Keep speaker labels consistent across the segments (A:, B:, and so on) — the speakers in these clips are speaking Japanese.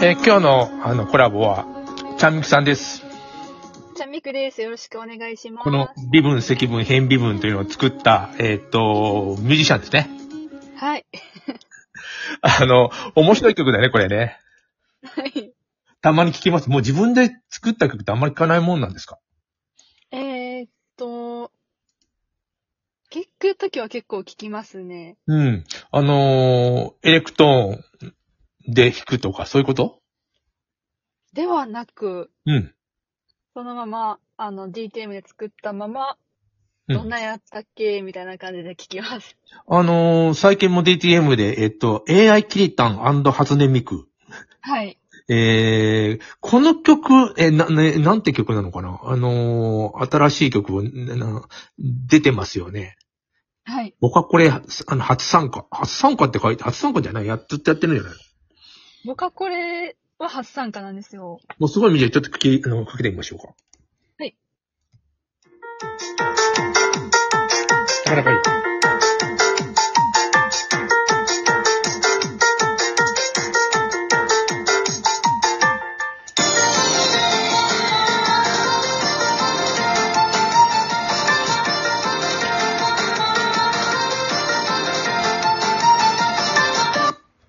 A: えー今日のあのコラボは、ちゃんみくさんです。
B: ちゃんみくです。よろしくお願いします。
A: この微分、積分、変微分というのを作った、えーっと、ミュージシャンですね。
B: はい。
A: あの、面白い曲だね、これね。
B: はい。
A: たまに聴きます。もう自分で作った曲ってあんまり聴かないもんなんですか
B: えー、っと、聞くときは結構聞きますね。
A: うん。あのーエレクトーンで弾くとか、そういうこと
B: ではなく、
A: うん。
B: そのまま、あの、DTM で作ったまま、
A: うん
B: どんなやったっけみたいな感じで聞きます。
A: あのー最近も DTM で、えーっと、AI キリタン初音ミク。
B: はい。
A: えー、この曲、えーな、ね、なんて曲なのかなあのー新しい曲を、なな出てますよね。
B: はい。
A: 僕はこれ、あの、初参加。初参加って書いて、初参加じゃないや、ずっとやってるんじゃない
B: 僕はこれは初参加なんですよ。
A: もうすごい短い。ちょっと聞き、あの、かけてみましょうか。
B: はい。
A: なかなかいい。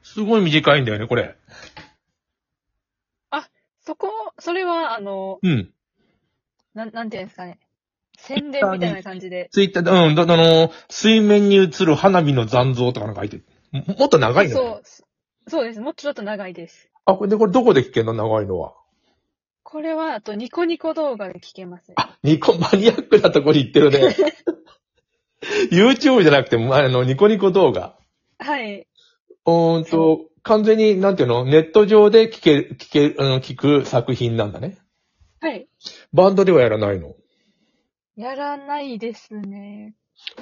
A: すごい短いんだよね、これ。
B: そこ、それは、あの、
A: うん。
B: なん、なんていうんですかね。宣伝みたいな感じで。
A: ツイッターで、うん、だ、あの、水面に映る花火の残像とかなんか入ってる。ももっと長いの
B: そう。そうです。もうちょっと長いです。
A: あ、これで、これどこで聞けんの長いのは。
B: これは、あと、ニコニコ動画で聞けます。
A: あ、ニコ、マニアックなとこに行ってる ね。YouTube じゃなくて、まあの、ニコニコ動画。
B: はい。
A: うーんと、完全に、なんていうのネット上で聞ける、聞ける、うん、聞く作品なんだね。
B: はい。
A: バンドではやらないの。
B: やらないですね。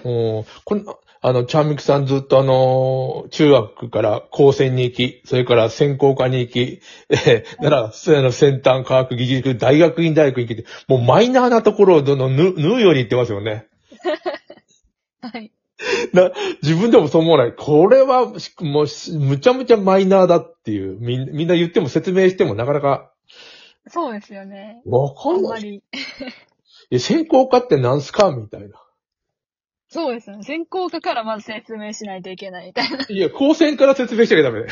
A: おこんあの、チャンミクさんずっとあのー中学から高専に行き、それから専攻科に行き、えー、なら、それの先端科学技術大学院大学行きて、もうマイナーなところをどんどん縫う縫うように行ってますよね。
B: はい。
A: 自分でもそう思わない。これは、しもうし、むちゃむちゃマイナーだっていう、みんみんな言っても説明してもなかなか、
B: そうですよね。
A: わ
B: あ
A: かん
B: んま
A: ない。
B: り。
A: え、専攻科って何すかみたいな。
B: そうですね。専攻科からまず説明しないといけないみたいな。
A: いや、高専から説明しちゃダメだよ。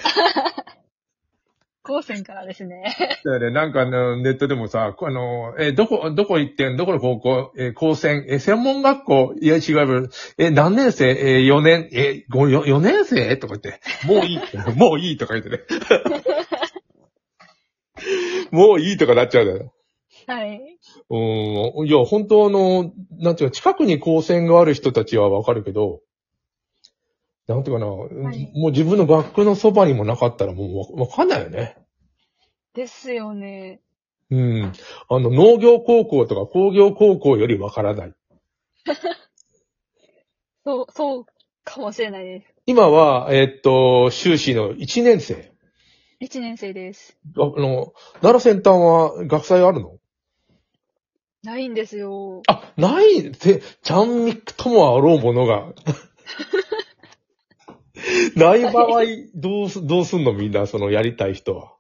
B: 高専からですね。
A: だよね、なんかあのネットでもさ、こあの、えーどこ、どこ行ってんどこの高校、えー高専、えー専門学校、いや違う、えー何年生、え4年、えー、5、4年生とか言って、もういい、もういいとか言ってね。 もういいとかなっちゃうだよ。
B: はい。
A: うん、いや、本当あの、なんていうか、近くに高専がある人たちはわかるけど、なんていうかな、
B: い
A: もう自分の学区のそばにもなかったらもうわわかんないよね。
B: ですよね。
A: うん。あの、農業高校とか工業高校よりわからない。
B: そう、そうかもしれないです。
A: 今は、えっと、修士の1年生。
B: 1年生です。
A: ああの、奈良先端は学祭あるの
B: ないんですよ。
A: あ、ないって、ちゃんみくともあろうものが。 ない場合、どうす、どうすんのみんな、そのやりたい人は。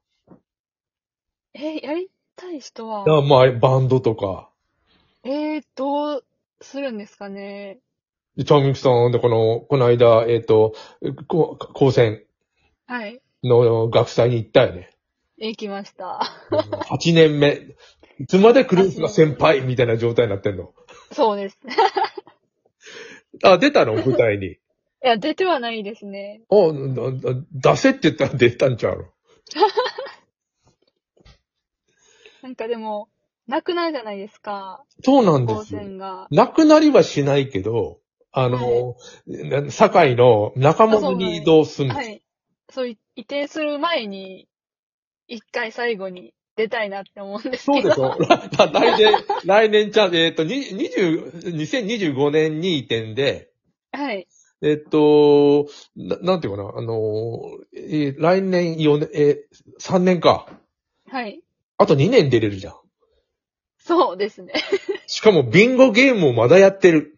B: え、やりたい人は、
A: あまあ、バンドとか。
B: えー、どうするんですかね。
A: でちゃんみくさん、で、この、この間、えっと、こ高専
B: はい。
A: の学祭に行ったよね。
B: 行きました。
A: 8年目。いつまで来るんすか先輩みたいな状態になってんの。
B: そうです。
A: あ、出 たの舞台に。
B: いや、出てはないですね。
A: あ、なな出せって言ったら出たんちゃうの
B: なんかでも、なくないじゃないですか。
A: そうなんで
B: 高
A: すよ。
B: 専が。
A: なくなりはしないけど、あの、な堺の中本に移動するの。
B: はい。そう、い移転する前に、一回最後に出たいなって思うんです
A: そう
B: け
A: で
B: ど。
A: しょ 来年、来年ちゃう、えっ、と、に20 2025年に移転で、
B: はい。
A: えっと、ななんていうかな、あの、えー来年4年、えー、3年か。
B: はい。
A: あと2年出れるじゃん。
B: そうですね。
A: しかもビンゴゲームをまだやってる。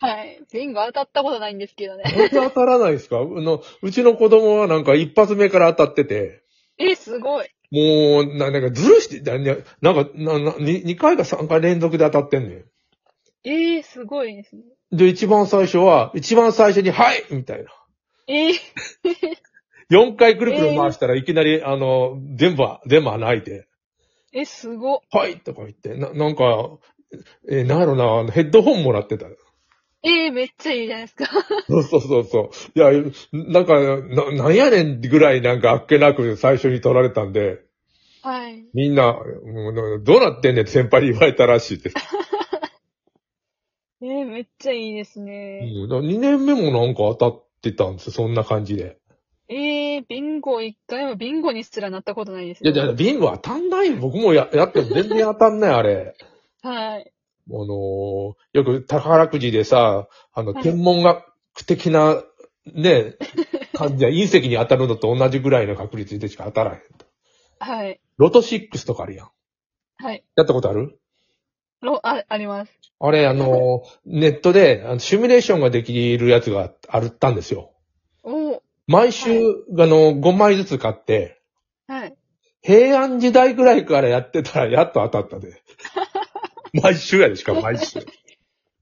B: はい。ビンゴ当たったことないんですけどね。
A: 本当当 たらないですかあの、うちの子供はなんか一発目から当たってて、
B: え、すごい。
A: もう、な、なんかずるして、だねなんか、な、な、に2回か3回連続で当たってんね
B: ええすごいですね。
A: ん。で、一番最初は、一番最初に、はいみたいな。
B: ええ
A: 4回くるくる回したらいきなり、あの、全部は、全部穴開いて、
B: え、すご。
A: はいとか言って、な、なんか、えーなんやろな、あのヘッドホンもらってた。
B: ええめっちゃいいじゃないですか。
A: そうそうそうそう。いや、なんか、な、なんやねんぐらいなんかあっけなく最初に取られたんで、
B: はい。
A: みんな、もうなどうなってんねんって先輩に言われたらしいです。
B: ええめっちゃいいです
A: う
B: ね。
A: ん、2年目もなんか当たってたんですよ、そんな感じで。
B: ええビンゴ一回もビンゴにすらなったことないです
A: いや、
B: ね。
A: いやビンゴ当たんないよ僕もややっても全然当たんない、あれ。
B: はい。
A: あのーよく宝くじでさ、あの、
B: はい
A: 天文学的な、ね、感じは隕石に当たるのと同じぐらいの確率でしか当たらへん。
B: はい。
A: ロト6とかあるやん。
B: はい。
A: やったことある
B: ロ、あ、あります。
A: あれ、あのーネットで、あのシミュレーションができるやつがあったんですよ。
B: おー
A: 毎週、
B: は
A: あのー、5枚ずつ買って、
B: はい。
A: 平安時代ぐらいからやってたらやっと当たった で。毎週やで、しかも毎週。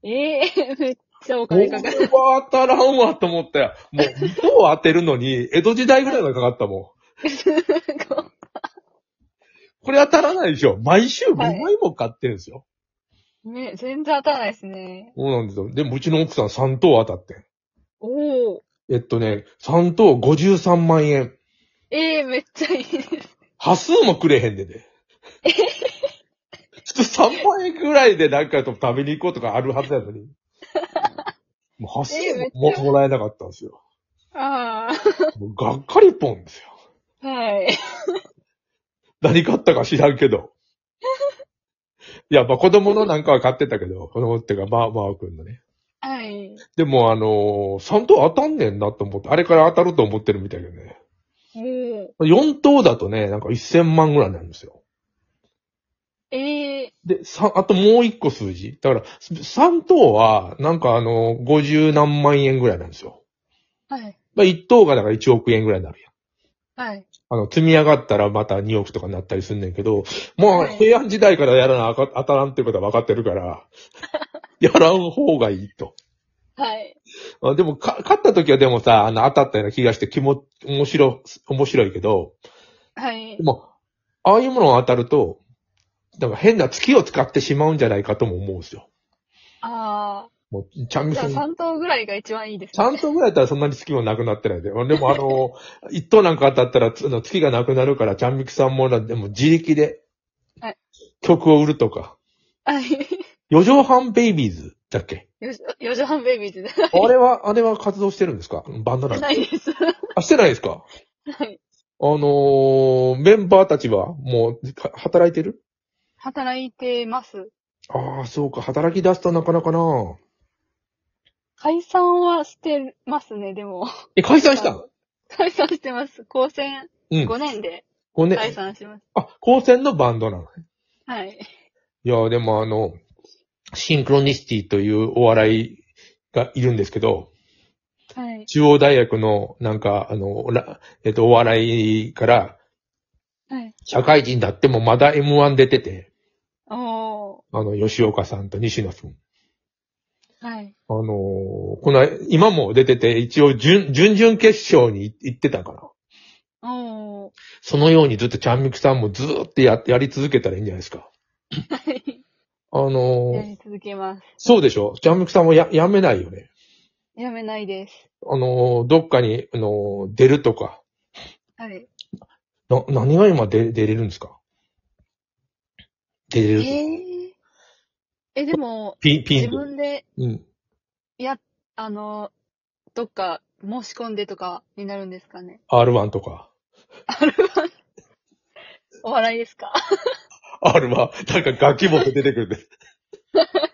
B: ええ めっちゃお
A: これ
B: 金かかる。
A: は当たらんわと思ったよ。もう、糸を当てるのに、江戸時代ぐらいまでかかったも
B: す ごい
A: ん。これ当たらないでしょ。毎週5
B: はい
A: 枚も買ってるんですよ。
B: ね、全然当たらないですね。
A: そうなんですよ。でも、うちの奥さん3等当たってん。
B: おお。
A: えっとね、3等53万円。
B: ええめっちゃいいです。
A: 端数もくれへんでね。普通3万円ぐらいでなんかと食べに行こうとかあるはずやのに。もう端数ももらえなかったんですよ。
B: あ
A: もうがっかりポンですよ。
B: あ。はい。
A: 何買ったか知らんけど。いや、まあ子供のなんかは買ってたけど、子供っていうか、まあ、まあくんのね。
B: はい。
A: でもあのー、3等当たんねんなと思って、あれから当たると思ってるみたいけどね。
B: もう、
A: 4等だとね、なんか1000万ぐらいになるんですよ。
B: ええ
A: で、さ、あともう1個数字。だから、3等は、なんかあのー、50何万円ぐらいなんですよ。
B: はい。
A: まあ1等がだから1億円ぐらいになるやん。
B: はい。
A: あの、積み上がったらまた2億とかになったりすんねんけど、まあ、
B: はい
A: 平安時代からやらなあか当たらんっていうことは分かってる から、やらん方がいいと。
B: はい。
A: あでも、か、勝った時はでもさ、あの、当たったような気がして気も、面白、面白いけど、
B: はい
A: で。も、ああいうものが当たると、なんか変な月を使ってしまうんじゃないかとも思うんですよ。
B: あ
A: もう、ちゃん
B: あ。
A: み
B: じゃ
A: そ
B: あ
A: に。
B: 3等ぐらいが一番いいですね。
A: 3等ぐらいだったらそんなに月もなくなってないで。でもあの、1等 なんか当たったらつあの月がなくなるから、ちゃんみきさんもな、でも自力で
B: はい、
A: 曲を売るとか。
B: はい。
A: 四畳半ベイビーズだっけ
B: 四畳四畳半ベイビーズで
A: あれは、あれは活動してるんですかバンドなの
B: ないです。
A: あ、してないですか
B: はい。
A: あのー、メンバーたちはもうか働いてる
B: 働いてます。
A: ああ、そうか。働き出すとなかなかな
B: 解散はしてますね、でも。
A: え、解散したの
B: 解散してます。高専
A: うん。
B: 5年で
A: 5
B: 解
A: 年。
B: 散します。
A: あ、高専のバンドなのね。
B: はい。
A: いや、でもあの、シンクロニシティというお笑いがいるんですけど、
B: はい。
A: 中央大学の、なんか、あの、らえっと、お笑いから、
B: はい。
A: 社会人だってもまだ M1 出てて、
B: おー。
A: あの、吉岡さんと西野さん。
B: はい。
A: あのーこの、今も出てて、一応、準、準々決勝に行ってたから、
B: おー。
A: そのようにずっとちゃんみくさんもずーっとや、やり続けたらいいんじゃないですか。
B: はい。
A: あのー
B: やり続けます。
A: そうでしょちゃんみくさんもや、やめないよね。
B: やめないです。
A: あのーどっかに、あのー出るとか、
B: はい。
A: な、何が今出、出れるんですか出れ
B: え
A: る、
B: ー、え、でも、
A: ピン、ピ
B: 自
A: ンと。
B: 分で、
A: うん。
B: あの、どっか申し込んでとかになるんですかね。
A: R1 とか。
B: お笑いですか
A: R1、なんか楽器持って出てくるんで。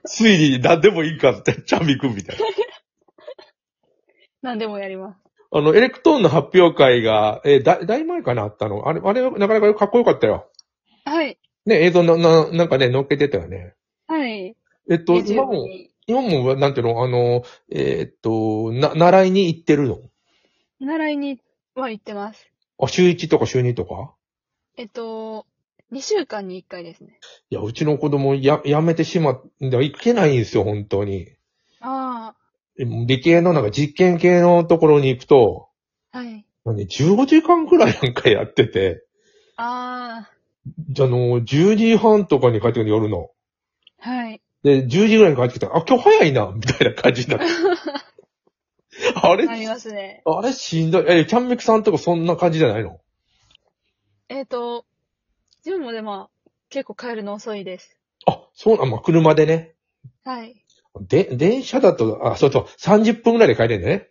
A: ついに何でもいいかって、チャミ君みたいな。
B: 何でもやります。
A: あの、エレクトーンの発表会が、えーだ、だいぶ前かなあったの。あれ、あれ、なかなかかっこよかったよ。
B: はい。
A: ね、映像の、な、なんかね、乗っけてたよね。
B: はい。
A: えっと、
B: YouTube
A: 今も、
B: に
A: 今も、なんていうの、あの、えーっと、な、習いに行ってるの
B: 習いには行ってます。
A: あ、週1とか週2とか
B: えっと、2週間に1回ですね。
A: いや、うちの子供や、やめてしまって、いけないんですよ、本当に。
B: あ
A: 理系のなんか実験系のところに行くと、
B: あ、はい。
A: もうね15時間くらいなんかやってて、
B: ああ、
A: じゃああの、10時半とかに帰ってくるの夜の。
B: はい。
A: で、10時ぐらいに帰ってきたら、あ、今日早いな、みたいな感じになって。あれ
B: ありますね。
A: あれしんどい。え、キャンメクさんとかそんな感じじゃないの
B: えっと、自分もでも結構帰るの遅いです。
A: あ、そうな、まあ、車でね。
B: はい。
A: で、電車だと、あ、そうそう、30分ぐらいで帰れんだよね。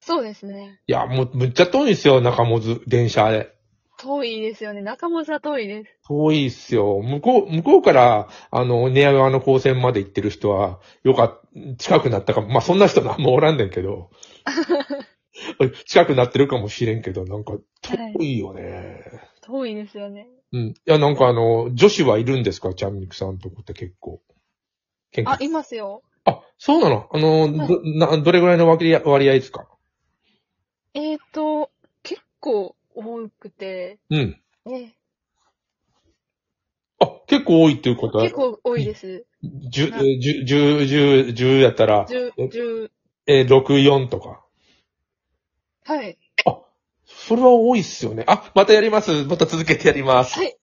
B: そうですね。
A: いや、もう、むっちゃ遠いんですよ、中本、電車で。
B: 遠いですよね。中本は遠いです。
A: 遠いっすよ。向こう、向こうから、あの、寝屋川の高専まで行ってる人は、よかっ、近くなったかも。まあ、そんな人なんもおらんねんけど。 近くなってるかもしれんけど、なんか、
B: はい
A: 遠いよね。
B: 遠いですよね。
A: うん。いや、なんかあの、女子はいるんですかちゃんみくさんとこって結構。喧嘩
B: あ、いますよ。
A: あ、そうなのあの、
B: はい
A: ど、な、どれぐらいの割合、割合ですか
B: えっと、結構多くて、
A: うん。
B: え
A: あ、結構多いっていうことは、
B: 結構多いです。
A: 10、えー10、10、10、10やったら、
B: 十、十、
A: えー、6、4とか。
B: はい。
A: それは多いっすよね。あ、またやります。また続けてやります。
B: はい。